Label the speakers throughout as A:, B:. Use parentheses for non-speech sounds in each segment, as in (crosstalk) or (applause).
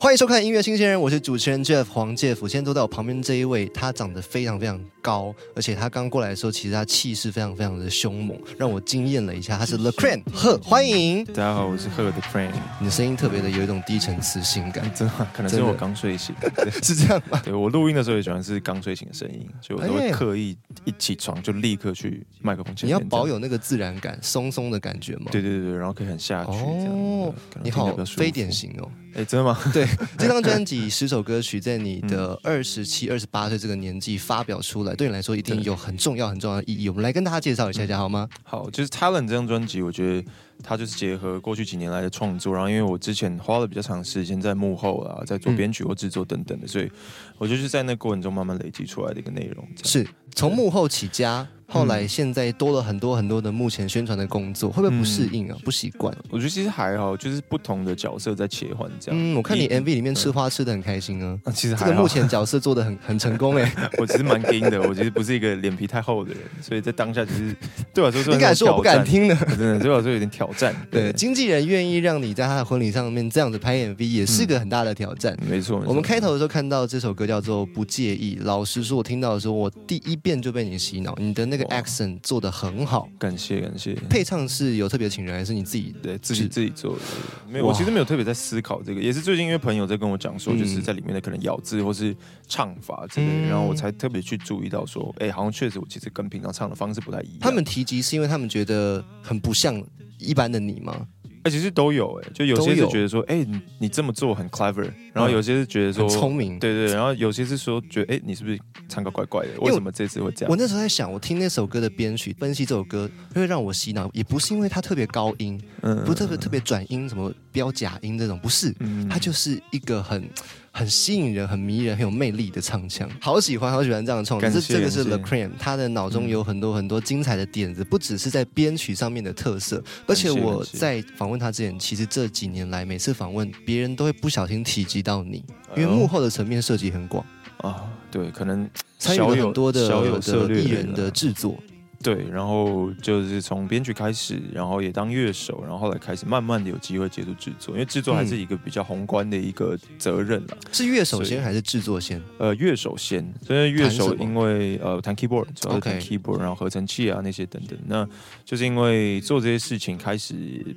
A: 欢迎收看音乐新鲜人，我是主持人 Jeff 黄介甫。今天坐在我旁边这一位，他长得非常非常高，而且他刚过来的时候，其实他气势非常非常的凶猛，让我惊艳了一下。他是 The Crane，呵，欢迎。
B: 大家好，我是赫尔的 Crane，
A: 你的声音特别的有一种低沉磁性感，
B: 真的可能是
A: 真的
B: 我刚睡醒，
A: 是这样吗？
B: (laughs) 对我录音的时候也喜欢是刚睡醒的声音，所以我都
A: 哎
B: 会刻意一起床就立刻去麦克风前
A: 你
B: 面。
A: 要保有那个自然感，松松的感觉吗？
B: 这样。对对对对，然后可以很下去这样。
A: 哦
B: 嗯可能
A: 你
B: 听得
A: 好
B: 比较，舒服
A: 非典。型哦。 (laughs)
B: 哎，真的吗？
A: 对，这张专辑十首歌曲在你
B: (laughs)
A: 的嗯二十七、二十八岁这个年纪发表出来，对你来说一定有很重要、很重要的意义。我们来跟大家介绍一下
B: 嗯
A: 下好吗？
B: 好，就是《Talent》这张专辑，我觉得它就是结合过去几年来的创作，然后因为我之前花了比较长时间在幕后啊，在做
A: 嗯
B: 编曲或制作等等的，所以我就是在那过程中慢慢累积出来的一个内容。这样
A: 是从幕后起家，
B: 嗯
A: 后来现在多了很多很多的幕前宣传的工作，会不会不适
B: 嗯
A: 应啊？不习惯？
B: 我觉得其实还好，就是不同的角色在切换这样。
A: 嗯，我看你
B: 一
A: MV 里面吃花吃的很开心啊。
B: 啊其实
A: 这
B: 还
A: 个
B: 好
A: 目。前角色做的很很成
B: (laughs)
A: 功哎、
B: 我其实蛮 gay 的，我其实不是一个脸皮太厚的人，所以在当下
A: (laughs)
B: 其实对我来说是
A: 你敢说我不敢
B: 有点
A: 听呢？
B: 挑战，真的对我来说有点挑战。
A: 对，经纪人愿意让你在他的婚礼上面这样子拍 MV，也是个很大的挑战。
B: 没错，没错
A: 我们开头的时候看到这首歌叫做《不介意》，老实说，我听到的时候，我第一遍就被你洗脑，你的那个
B: 哇
A: accent 做的很好，
B: 感谢感谢，
A: 配唱是有特别请人，还是你自己
B: 对自己
A: 是
B: 自己做的，没有，
A: 哇
B: 我其实没有特别在思考这个，也是最近因为朋友在跟我讲说，
A: 嗯
B: 就是在里面的可能咬字或是唱法之类的，
A: 嗯
B: 然后我才特别去注意到说，哎，好像确实我其实跟平常唱的方式不太一样。
A: 他们提及是因为他们觉得很不像一般的你吗？
B: 哎其实都有哎，就有些
A: 都有嗯
B: 是觉得说，哎，你你这么做很 clever，然后有些是觉得
A: 很
B: 说。
A: 聪明。
B: 对对，然后有些是说觉得哎，你是不是唱歌怪怪的？
A: 为
B: 为什么这次会这样
A: 我？那时候在想，我听那首歌的编曲，分析这首歌会让我洗脑，也不是因为它特别高音，
B: 嗯
A: 不是特别特别转音，什么飙假音这种，不是，
B: 嗯
A: 它就是一个很很吸引人、很迷人、很有魅力的唱腔，好喜欢，好喜欢这样的创作。
B: 嗯感
A: 这
B: 谢
A: 这个是
B: 感
A: The
B: 谢
A: Cream，他的脑中
B: 嗯
A: 有很多很多精彩的点子，不只是在编曲上面的特色，而且
B: 感谢
A: 我
B: 感谢
A: 在访问他之前，其实这几年来每次访问，别人都会不小心提及到你，因为幕后的层面涉及很广，
B: 啊，哦对，可能
A: 参与了
B: 小有
A: 很多的
B: 小有涉
A: 的
B: 略
A: 艺人
B: 啦
A: 的制作。
B: 对，然后就是从编曲开始，然后也当乐手，然后后来开始慢慢的有机会接触制作，因为制作
A: 嗯
B: 还是一个比较宏观的一个责任啦。
A: 是乐手
B: 所以
A: 先还是制作先？
B: 呃，乐手先，所以乐手
A: 弹什么
B: 因为呃弹 keyboard 主要是弹
A: OK
B: keyboard，然后合成器啊那些等等，那就是因为做这些事情开始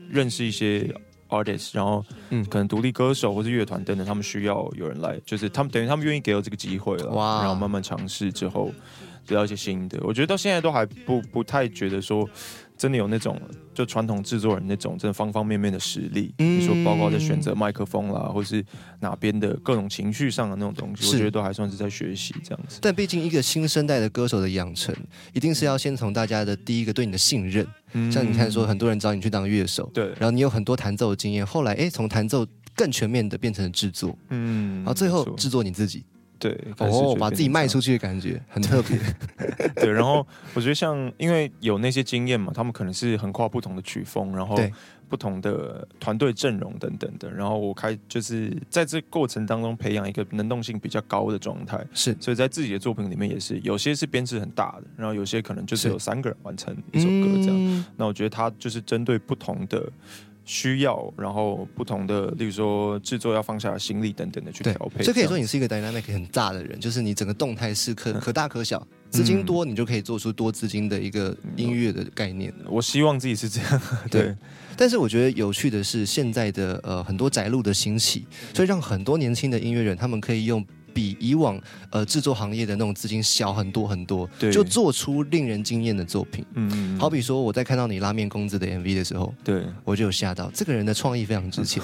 B: 认识一些 artist，然后
A: 嗯
B: 嗯可能独立歌手或是乐团等等，他们需要有人来，就是他们等于他们愿意给我这个机会了，
A: 哇
B: 然后慢慢尝试之后得到一些新的，我觉得到现在都还不不太觉得说。真的有那种就传统制作人那种真的方方面面的实力，
A: 嗯
B: 你说包括在选择麦克风啦，或是哪边的各种情绪上的那种东西，我
A: 是
B: 觉得都还算是在学习这样子。
A: 但毕竟一个新生代的歌手的养成，一定是要先从大家的第一个对你的信任。像你看，说很多人找你去当乐手，
B: 嗯对，
A: 然后你有很多弹奏的经验，后来哎，从弹奏更全面的变成了制作，
B: 嗯
A: 然后最后
B: 没错
A: 制作你自己，
B: 对，开始觉
A: 哦，
B: 得
A: 把自己卖出去的感觉很特别。
B: 对，然后我觉得像因为有那些经验嘛，他们可能是横跨不同的曲风，然后
A: 对
B: 不同的团队阵容等等的，然后我开就是在这过程当中培养一个能动性比较高的状态。
A: 是，
B: 所以在自己的作品里面也是，有些是编制很大的，然后有些可能就是
A: 是
B: 有三个人完成 (laughs) 一首歌这样。
A: 嗯
B: 那我觉得它就是针对不同的需要，然后不同的，例如说制作要放下的心力等等的去
A: 对
B: 调，配。
A: 所以可以
B: 这
A: 说
B: 样嗯
A: 你是一个 dynamic 很大的人，就是你整个动态是可可大可小，资金多你就可以做出多资金的一个
B: 嗯
A: 音乐的概念。
B: 我希望自己是这样， (laughs)
A: 对
B: 对，
A: 但是我觉得有趣的是，现在的呃很多宅路的兴起，所以让很多年轻的音乐人他们可以用。比以往呃制作行业的那种资金小很多很多，
B: 对
A: 就做出令人惊艳的作品。
B: 嗯，
A: 好比说，我在看到你拉面公子的 MV 的时候，
B: 对，
A: 我就有吓到，这个人的创意非常值
B: (laughs)
A: 钱，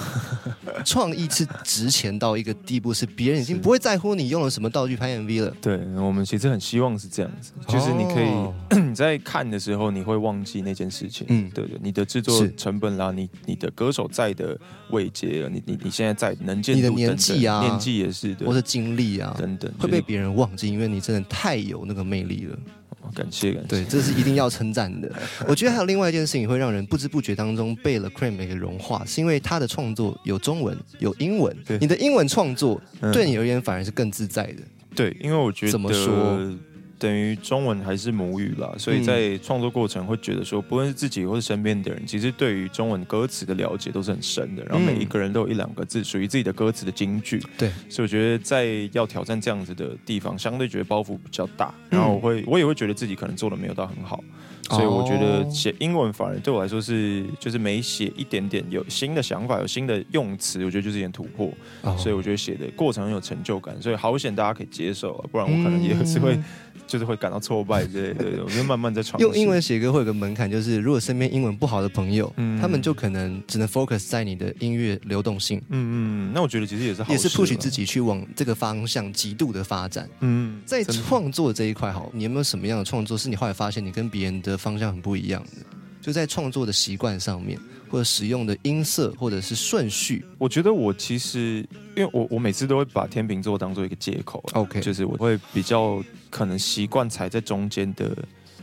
A: 创意是值钱到一个地步，是别人已经不会在乎你用了什么道具拍 MV 了，
B: 对，我们其实很希望是这样子，就是你可以、 (clears throat)
A: 哦
B: 你在看的时候，你会忘记那件事情，
A: 嗯
B: 嗯，对对，你的制作
A: 是
B: 成本啦，你你的歌手在的位阶，你你你现在在能见
A: 你
B: 度
A: 的
B: 等等，
A: 年纪啊
B: 年纪也是，对
A: 或，者经历啊，
B: 等等，
A: 会
B: 就是
A: 被别人忘记，因为你真的太有那个魅力了。
B: 你哦感谢感谢，
A: 对，这是一定要称赞
B: (laughs)
A: 的。我觉得还有另外一件事情会让人不知不觉当中被了 Cream 给融化，是因为他的创作有中文有英文
B: 对，
A: 你的英文创作
B: 嗯
A: 对你而言反而是更自在的。
B: 对，因为我觉得
A: 怎么说嗯
B: 等于中文还是母语啦，所以在创作过程会觉得说，不论是自己或是身边的人，其实对于中文歌词的了解都是很深的。然后每一个人都有一两个字属于自己的歌词的金句，
A: 嗯对，
B: 所以我觉得在要挑战这样子的地方，相对觉得包袱比较大。然
A: 嗯
B: 后我会，我也会觉得自己可能做的没有到很好，所以我觉
A: 哦
B: 得写英文反而对我来说是，就是每写一点点有新的想法，有新的用词，我觉得就是一点突破。
A: 哦
B: 所以我觉得写的过程很有成就感，所以好险大家可以接受啊，不然我可能也是会、
A: 嗯
B: 就是会感到挫败之类的。对我就慢慢在尝试。
A: 用英文写歌会有个门槛，就是如果身边英文不好的朋友，
B: 嗯
A: 他们就可能只能 focus 在你的音乐流动性，
B: 嗯，嗯嗯，那我觉得其实也是好
A: 也是
B: 事
A: push
B: 了
A: 自，己去往这个方向极度的发展。
B: 嗯，
A: 在
B: 真的
A: 创作这一块，好，你有没有什么样的创作是你后来发现你跟别人的方向很不一样的？就在创作的习惯上面，或者使用的音色，或者是顺序。
B: 我觉得我其实，因为我我每次都会把天秤座当做一个借口啊
A: OK，
B: 就是我会比较可能习惯踩在中间的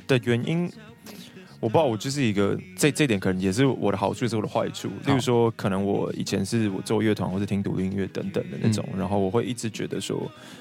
B: 的原因。我不知道，我就是一个这这点可能也是我的好处，也是我的坏处。例如说，可能我以前是我做乐团或者听独立音乐等等的那
A: 嗯
B: 种，然后我会一直觉得说，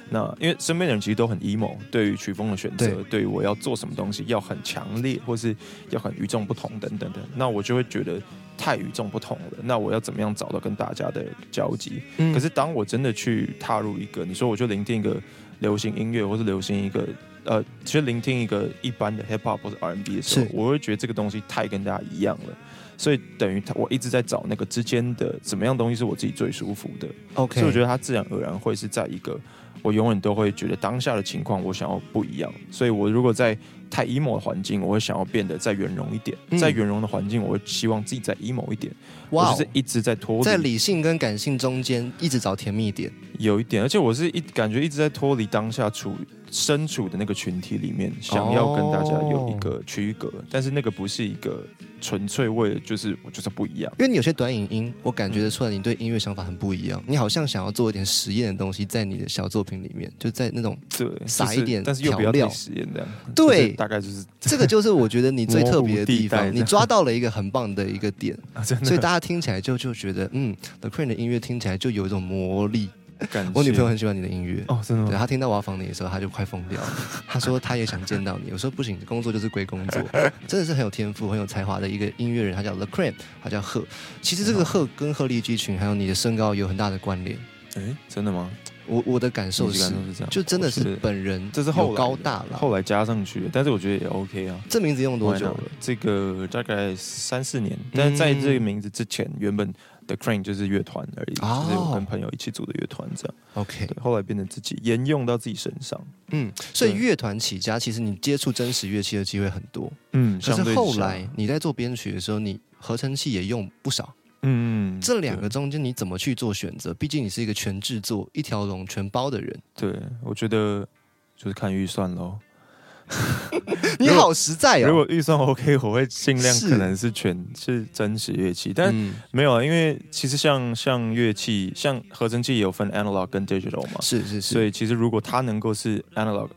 B: 那因为身边的人其实都很 emo，对于曲风的选择，
A: 对
B: 对于我要做什么东西要很强烈，或是要很与众不同等等的，那我就会觉得太与众不同了。那我要怎么样找到跟大家的交集？
A: 嗯
B: 可是当我真的去踏入一个，你说我就聆听一个流行音乐，或是流行一个呃，去聆听一个一般的 hip hop 或者 R N B 的时候
A: 是，
B: 我会觉得这个东西太跟大家一样了。所以等于他，我一直在找那个之间的怎么样东西是我自己最舒服的。
A: OK，
B: 所以我觉
A: 得
B: 得它自然而然会是在一个我永远都会觉得当下的情况我想要不一样，所以我如果在太 emo 的环境，我会想要变得再圆融一点，
A: 嗯
B: 在圆融的环境，我会希望自己再 emo 一点，
A: 哇
B: 我
A: 哦
B: 就是，一直在脱离，
A: 在理性跟感性中间一直找甜蜜点。
B: 有一点，而且我是一感觉一直在脱离当下处身处的那个群体里
A: 哦
B: 面，想要跟大家有一个区隔，但是那个不是一个纯粹为了就是我就是不一样。
A: 因为你有些短影音，我感觉得出来你对音乐想法很不一样，你好像想要做一点实验的东西在你的小作品里面，就在
B: (laughs)
A: 那种
B: 对，
A: 撒
B: 就是
A: 一点
B: 但是又不
A: 调
B: 要
A: 料
B: 太实验这样。
A: 对
B: 就是大概就是
A: 这个就是我觉得你最特别的地
B: 模
A: 方，
B: 糊地带
A: 你抓到了一个很棒的一个点，
B: 啊真
A: 所以
B: 的
A: 大家听起来就就觉得嗯，The Queen 的音乐听起来就有一种魔力。
B: 感谢。
A: 我女朋友很喜欢你的音乐。
B: 哦，真的吗
A: 对？她啊听到我要访你的时候，她就快疯掉了。她说她也想见到你。我说不行，工作就是归工作。真的是很有天赋、很有才华的一个音乐人，他叫 The Crane，他叫贺。其实这个贺跟鹤立鸡群还有你的身高有很大的关联。
B: 哎，真的吗？
A: 我我的感受
B: 你
A: 是
B: 感，受是这样，
A: 就真的
B: 我觉
A: 是
B: 得
A: 本人
B: 这是后来
A: 有
B: 的
A: 高大了。
B: 后来加上去的，但是我觉得也 OK 啊。
A: 这名字用多久
B: Why
A: 了嗯
B: not？这个大概三四年，但是在这个名字之前，原本 The Crane 就是乐团而已，
A: 哦
B: 就是我跟朋友一起组的乐团这样。
A: ？OK，
B: 对，后来变成自己沿用到自己身上。
A: 嗯，所以
B: 对
A: 乐团起家，其实你接触真实乐器的机会很多。
B: 嗯，
A: 可
B: 相
A: 是
B: 对
A: 后
B: 之下
A: 来，你在做编曲的时候，你合成器也用不少。
B: 嗯，
A: 这两个中间你怎么去做选择？毕竟你是一个全制作、一条龙、全包的人。
B: 对，对我觉得就是看预算喽。
A: 你好实在
B: 如
A: 哦。
B: 果预算 OK，我 (laughs) 会尽量
A: 是
B: 可能是全是真实乐器，但
A: 嗯、
B: 没有啊，因为其实像像乐器，像合成器也有分 analog 跟 digital 嘛，
A: 是是是，
B: 所以其实如果它能够是 analog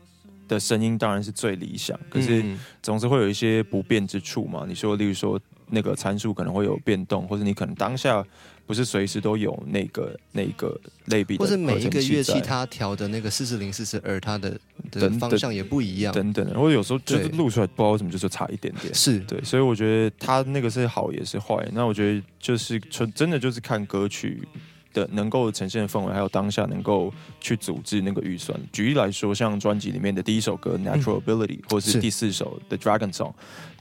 B: 的声音，当然是最理想。可是
A: 嗯
B: 总是会有一些不便之处嘛。你说，例如说那个参数可能会有变动，或者你可能当下不是随时都有那个那个类比的
A: 或
B: 合
A: 者
B: 成器在，
A: 每一个乐器它调的那个四四零、四十二，它的的
B: 等
A: 方向也不一样。
B: 等等的，或者有时候就是
A: 对
B: 录出来不知道为什么就是差一点点。
A: 是，
B: 对，所以我觉得他那个是好也是坏。那我觉得就是纯真的就是看歌曲的能够呈现的氛围，还有当下能够去组织那个预算。举例来说，像专辑里面的第一首歌《Natural Ability》，或
A: 是
B: 是第四首《The Dragon Song》，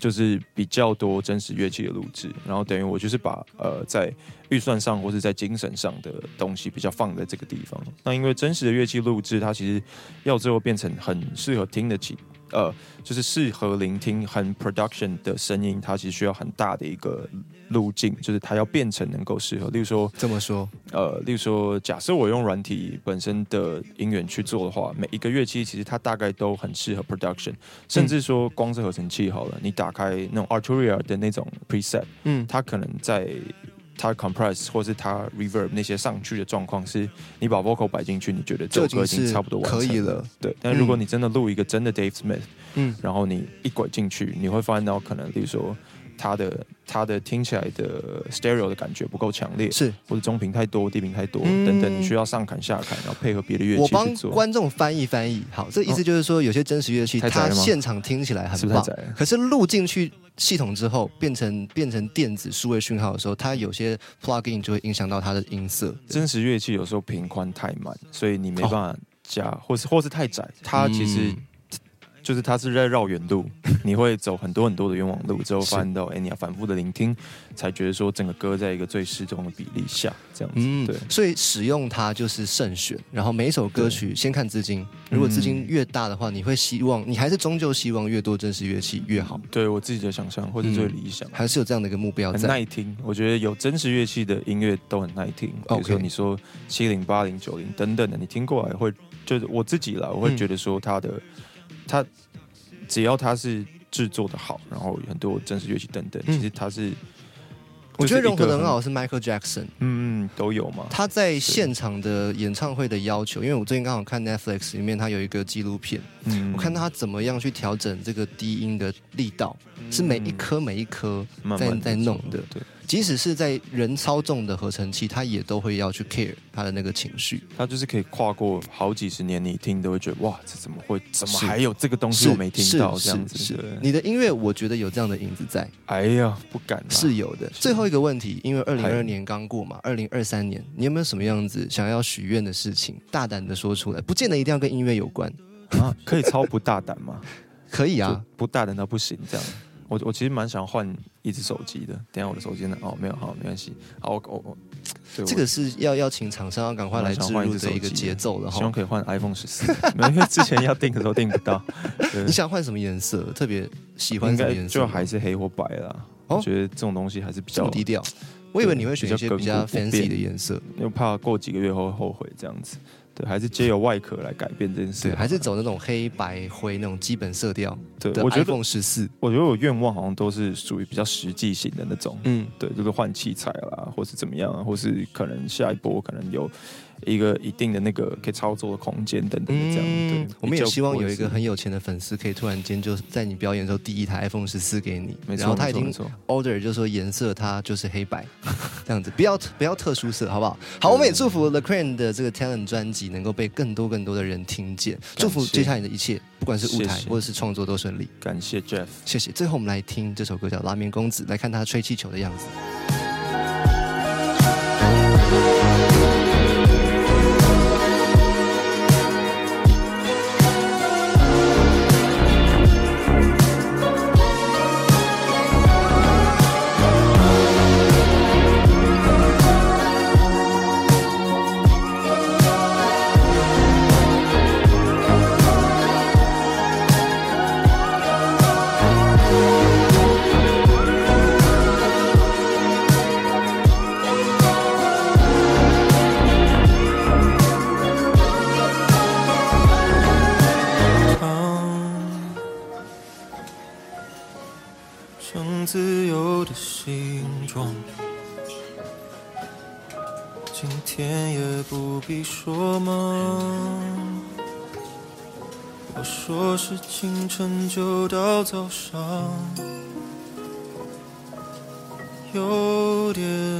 B: 就是比较多真实乐器的录制。然后等于我就是把呃在预算上或是在精神上的东西比较放在这个地方。那因为真实的乐器录制，它其实要最后变成很适合听得起。呃，就是适合聆听很 production 的声音，它其实需要很大的一个路径，就是它要变成能够适合。例如说，
A: 这么说，
B: 呃，例如说，假设我用软体本身的音源去做的话，每一个乐器其实它大概都很适合
A: 嗯
B: production，甚至说光是合成器好了，你打开那种 Arturia 的那种 preset，
A: 嗯，
B: 它可能在它 compress 或是它 reverb 那些上去的状况是，你把 vocal 摆进去，你觉得这首
A: 就
B: 歌已
A: 已经
B: 经
A: 是
B: 差不多完成
A: 可以了。
B: 对，但如果
A: 嗯
B: 你真的录一个真的 Dave Smith，
A: 嗯
B: 然后你一拐进去，你会发现到可能，例如说。他的他的听起来的 stereo 的感觉不够强烈，
A: 是
B: 或者中频太多、低频太多、
A: 嗯
B: 等等，你需要上砍下砍，然后配合别的乐器
A: 我
B: 去
A: 帮
B: 做。哦
A: 观众翻译翻译。好，这意思就是说，有些真实乐器
B: 太窄
A: 它
B: 了吗
A: 现场听起来
B: 是
A: 很
B: 不是太
A: 棒
B: 窄，了？
A: 可是录进去系统之后，变成变成电子数位讯号的时候，它有些 plugin 就会影响到它的音色。
B: 真实乐器有时候频宽太满，所以你没
A: 哦
B: 办法加，或是或是太窄，它其实、
A: 嗯
B: 就是它是在绕远
A: (laughs)
B: 路，你会走很多很多的冤枉路，之后
A: 是
B: 发现到，哎、你要反复的聆听，才觉得说整个歌在一个最适中的比例下，这样子，
A: 嗯，
B: 对，
A: 所以使用它就是慎选，然后每一首歌曲先看资金，如果资金越大的话，你会希望你还是终究希望越多真实乐器越好，
B: 对我自己的想象或是最理想。
A: 还是有这样的一个目标
B: 很
A: 在。
B: 耐听，我觉得有真实乐器的音乐都很耐听。比如
A: OK
B: 说你说七零、八零、九零等等的，你听过来会，就是我自己啦，我会
A: 嗯
B: 觉得说它的，它只要它是制作的好，然后有很多真实乐器等等，
A: 嗯
B: 其实它是，
A: 我觉得
B: 就是
A: 融
B: 一个
A: 合的很好是 Michael Jackson，
B: 嗯，嗯都有嘛。
A: 他在现场的演唱会的要求，因为我最近刚好看 Netflix 里面他有一个纪录片，
B: 嗯
A: 我看他怎么样去调整这个低音的力道，
B: 嗯
A: 是每一颗每一颗，
B: 慢
A: 在
B: 慢地
A: 在弄
B: 做
A: 的
B: 对，
A: 即使是在人操纵的合成器，他也都会要去 care 他的那个情绪。
B: 它就是可以跨过好几十年，你听都会觉得哇，这怎么会？怎么
A: 是
B: 还有这个东西
A: 是
B: 我没听到？
A: 是
B: 这样
A: 是
B: 子，
A: 是
B: 对
A: 你的音乐，我觉得有这样的影子在，
B: 哎呀，不敢啦
A: 是有的。
B: 是
A: 最后一个问题，因为二零二
B: 嗨
A: 年刚过嘛，二零二三年，你有没有什么样子想要许愿的事情？大胆的说出来，不见得一定要跟音乐有关，
B: 啊，可以超不大胆吗？
A: (laughs) 可以
B: 就
A: 啊。
B: 不大胆到不行这样。我我其实蛮想换一只手机的，等一下我的手机呢？哦，没有，好，没关系。好，我我我，对
A: 这个是要要请厂商要赶快来植入的一个节奏了
B: 我希望
A: 哈。
B: 可以换 iPhone 十四， (laughs) 没有，因为之前要订的时候订不
A: (laughs)
B: 到。对
A: 你想换什么颜色？特别喜欢
B: 应
A: 什么
B: 该
A: 颜色？
B: 就还是黑或白啦。
A: 哦
B: 我觉得这种东西还是比
A: 这
B: 较
A: 么，低调。我以为你会选一些比较
B: 比较亘古不
A: fancy
B: 变
A: 的颜色，
B: 又怕过几个月后后悔这样子。对，还是借由外壳来改变这件事。
A: 对，还是走那种黑白灰那种基本色调
B: 对
A: 的。
B: 我觉得，
A: iPhone 十四，
B: 我觉得我愿望好像都是属于比较实际型的那种。
A: 嗯，
B: 对，就是换器材啦，或是怎么样啊，或是可能下一波可能有一个一定的那个可以操作的空间等等的这样。
A: 嗯
B: 对，，
A: 我们也希望有一个
B: 比较
A: 很有钱的粉丝，可以突然间就在你表演的时候递一台 iPhone 十四给你
B: 不会，是没错，
A: 然后他已
B: 没错
A: 经
B: 没错
A: order 就说颜色它就是黑白， (laughs) 这样子，不要不要特殊色，好不好？好，我们也祝福 The Crane 的这个 Talent 专辑能够被更多更多的人听见，祝福接下来的一切，不管是舞台
B: 谢谢
A: 或者是创作都顺利，
B: 感谢 Jeff。
A: 谢谢。最后我们来听这首歌叫《拉面公子》，来看他吹气球的样子。
C: 唱，唱自由的形状。今天也不必说忙，我说是清晨就到早上，有点